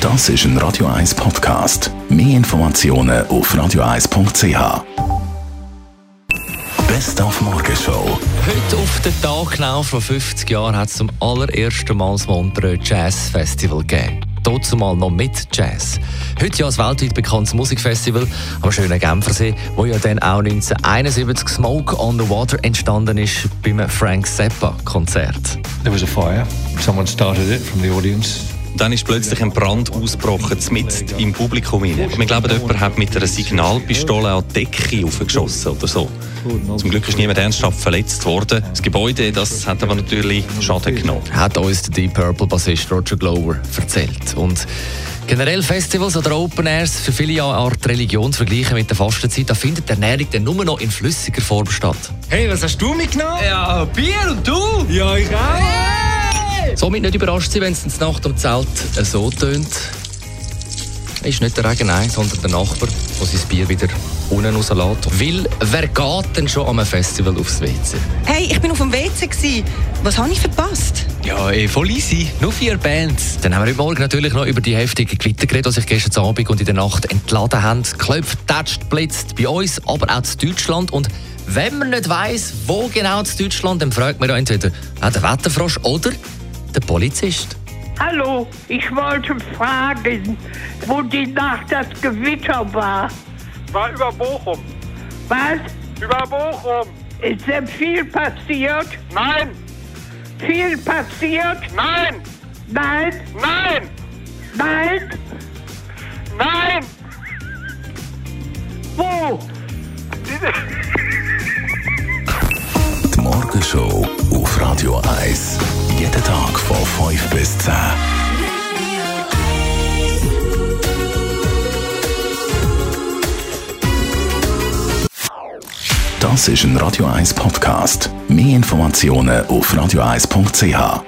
Das ist ein Radio 1 Podcast. Mehr Informationen auf radio1.ch. Best auf Morgenshow Heute auf den Tag genau vor 50 Jahren hat es zum allerersten Mal das Montreux Jazz Festival gegeben. Dazumal noch mit Jazz. Heute ja ein weltweit bekanntes Musikfestival am schönen Genfersee, wo ja dann auch 1971 Smoke on the Water entstanden ist beim Frank Zappa-Konzert. There was a fire. Someone started it from the audience. Dann ist plötzlich ein Brand ausgebrochen, mitten im Publikum hinein. Wir glauben, jemand hat mit einer Signalpistole an die Decke aufgeschossen oder so. Zum Glück ist niemand ernsthaft verletzt worden. Das Gebäude, das hat aber natürlich Schaden genommen. Hat uns der Deep Purple-Bassist Roger Glover erzählt. Und generell Festivals oder Open Airs für viele Jahre Art Religion zu vergleichen mit der Fastenzeit, da findet die Ernährung dann nur noch in flüssiger Form statt. Hey, was hast du mitgenommen? Ja, Bier und du? Ja, ich auch. Somit nicht überrascht sein, wenn es in der Nacht am Zelt äh, so tönt. Ist nicht der Regen, nein, sondern der Nachbar, der sein Bier wieder unten rauslässt. Weil, wer geht denn schon am Festival aufs WC? Hey, ich bin auf dem WC. Gewesen. Was habe ich verpasst? Ja, eh, voll easy. Nur vier Bands. Dann haben wir heute Morgen natürlich noch über die heftigen Gewitter geredet, die sich gestern Abend und in der Nacht entladen haben. Klopft, tätscht, blitzt bei uns, aber auch in Deutschland. Und wenn man nicht weiss, wo genau in Deutschland, dann fragt man ja entweder ah, den Wetterfrosch oder den Polizist. Hallo, ich wollte fragen, wo die Nacht das Gewitter war. War über Bochum. Was? Über Bochum. Ist denn viel passiert? Nein, Viel passiert? nein, Nein, nein, nein. nein. Wo? Die Morgenshow auf Radio 1. Jeden Tag von 5 bis 10. Das ist ein Radio 1 Podcast. Mehr Informationen auf radio1.ch.